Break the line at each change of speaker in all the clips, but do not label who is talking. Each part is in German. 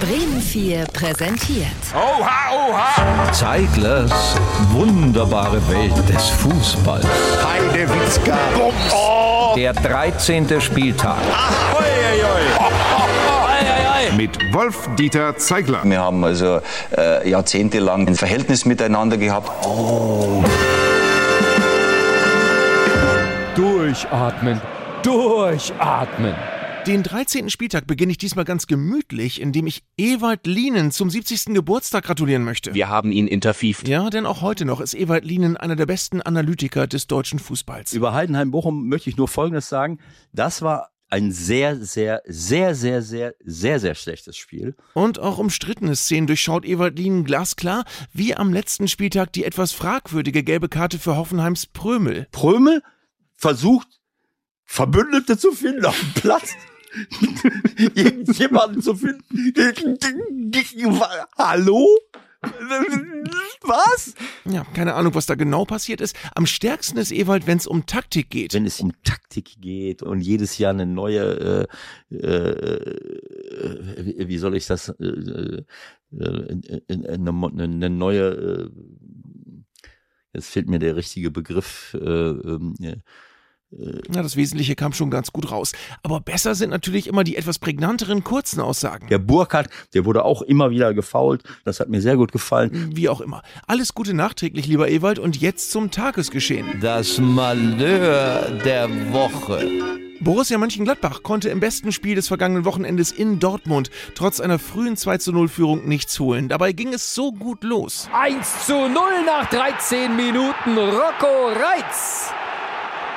Bremen 4 präsentiert.
Oha, oha!
Zeiglers wunderbare Welt des Fußballs.
Heidewitzka. Bums. Oh.
Der 13. Spieltag.
Uiuiui.
mit Wolf-Dieter Zeigler.
Wir haben also äh, jahrzehntelang ein Verhältnis miteinander gehabt.
Durchatmen. Durchatmen.
Den 13. Spieltag beginne ich diesmal ganz gemütlich, indem ich Ewald Lienen zum 70. Geburtstag gratulieren möchte.
Wir haben ihn interfieft.
Ja, denn auch heute noch ist Ewald Lienen einer der besten Analytiker des deutschen Fußballs.
Über Heidenheim-Bochum möchte ich nur Folgendes sagen. Das war ein sehr, sehr, sehr, sehr, sehr, sehr, sehr schlechtes Spiel.
Und auch umstrittene Szenen durchschaut Ewald Lienen glasklar, wie am letzten Spieltag die etwas fragwürdige gelbe Karte für Hoffenheims Prömel.
Prömel versucht, Verbündete zu finden auf dem Platz. Irgendjemanden zu finden. Hallo? Was?
Ja, keine Ahnung, was da genau passiert ist. Am stärksten ist Ewald, wenn es um Taktik geht.
Wenn es um Taktik geht und jedes Jahr eine neue, äh, äh, wie wie soll ich das, äh, äh, äh, eine, mo- eine eine neue, äh, jetzt fehlt mir der richtige Begriff, äh, ähm, äh,
Na, das Wesentliche kam schon ganz gut raus. Aber besser sind natürlich immer die etwas prägnanteren kurzen Aussagen.
der Burkhardt, der wurde auch immer wieder gefault, das hat mir sehr gut gefallen.
Wie auch immer. Alles Gute nachträglich, lieber Ewald, und jetzt zum Tagesgeschehen.
Das Malheur der Woche.
Borussia Mönchengladbach konnte im besten Spiel des vergangenen Wochenendes in Dortmund trotz einer frühen 2-0-Führung nichts holen. Dabei ging es so gut los.
1 zu 0 nach 13 Minuten. Rocco Reitz.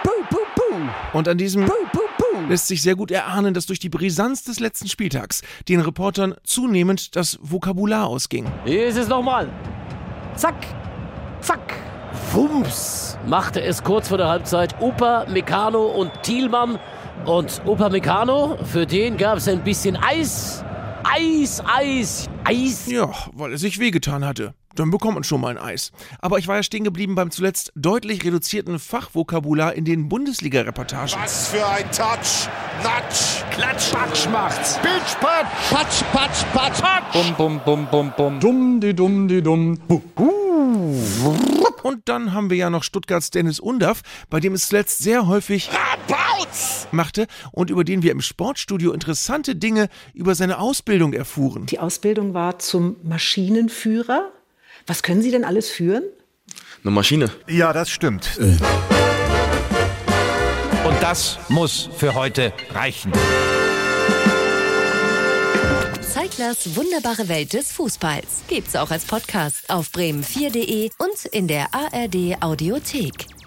Puh, puh, puh.
Und an diesem
Puh, puh, puh.
lässt sich sehr gut erahnen, dass durch die Brisanz des letzten Spieltags den Reportern zunehmend das Vokabular ausging.
Hier ist es nochmal. Zack. Zack. Wumms. Machte es kurz vor der Halbzeit Upa, Meccano und Thielmann. Und Upa Meccano, für den gab es ein bisschen Eis. Eis, Eis, Eis.
Ja, weil er sich wehgetan hatte. Dann bekommt man schon mal ein Eis. Aber ich war ja stehen geblieben beim zuletzt deutlich reduzierten Fachvokabular in den Bundesliga-Reportagen.
Was für ein Touch. Natsch. Klatsch. Patsch macht's. Bitch, patsch. Patsch, patsch, patsch. Bum, bum, bum, bum, bum. Dumm, die, dumm, die, dumm.
Und dann haben wir ja noch Stuttgarts Dennis Undaff, bei dem es zuletzt sehr häufig
Rabautz.
machte und über den wir im Sportstudio interessante Dinge über seine Ausbildung erfuhren.
Die Ausbildung war zum Maschinenführer. Was können Sie denn alles führen?
Eine Maschine.
Ja, das stimmt.
Und das muss für heute reichen.
Zeiglers wunderbare Welt des Fußballs gibt's auch als Podcast auf bremen4.de und in der ARD Audiothek.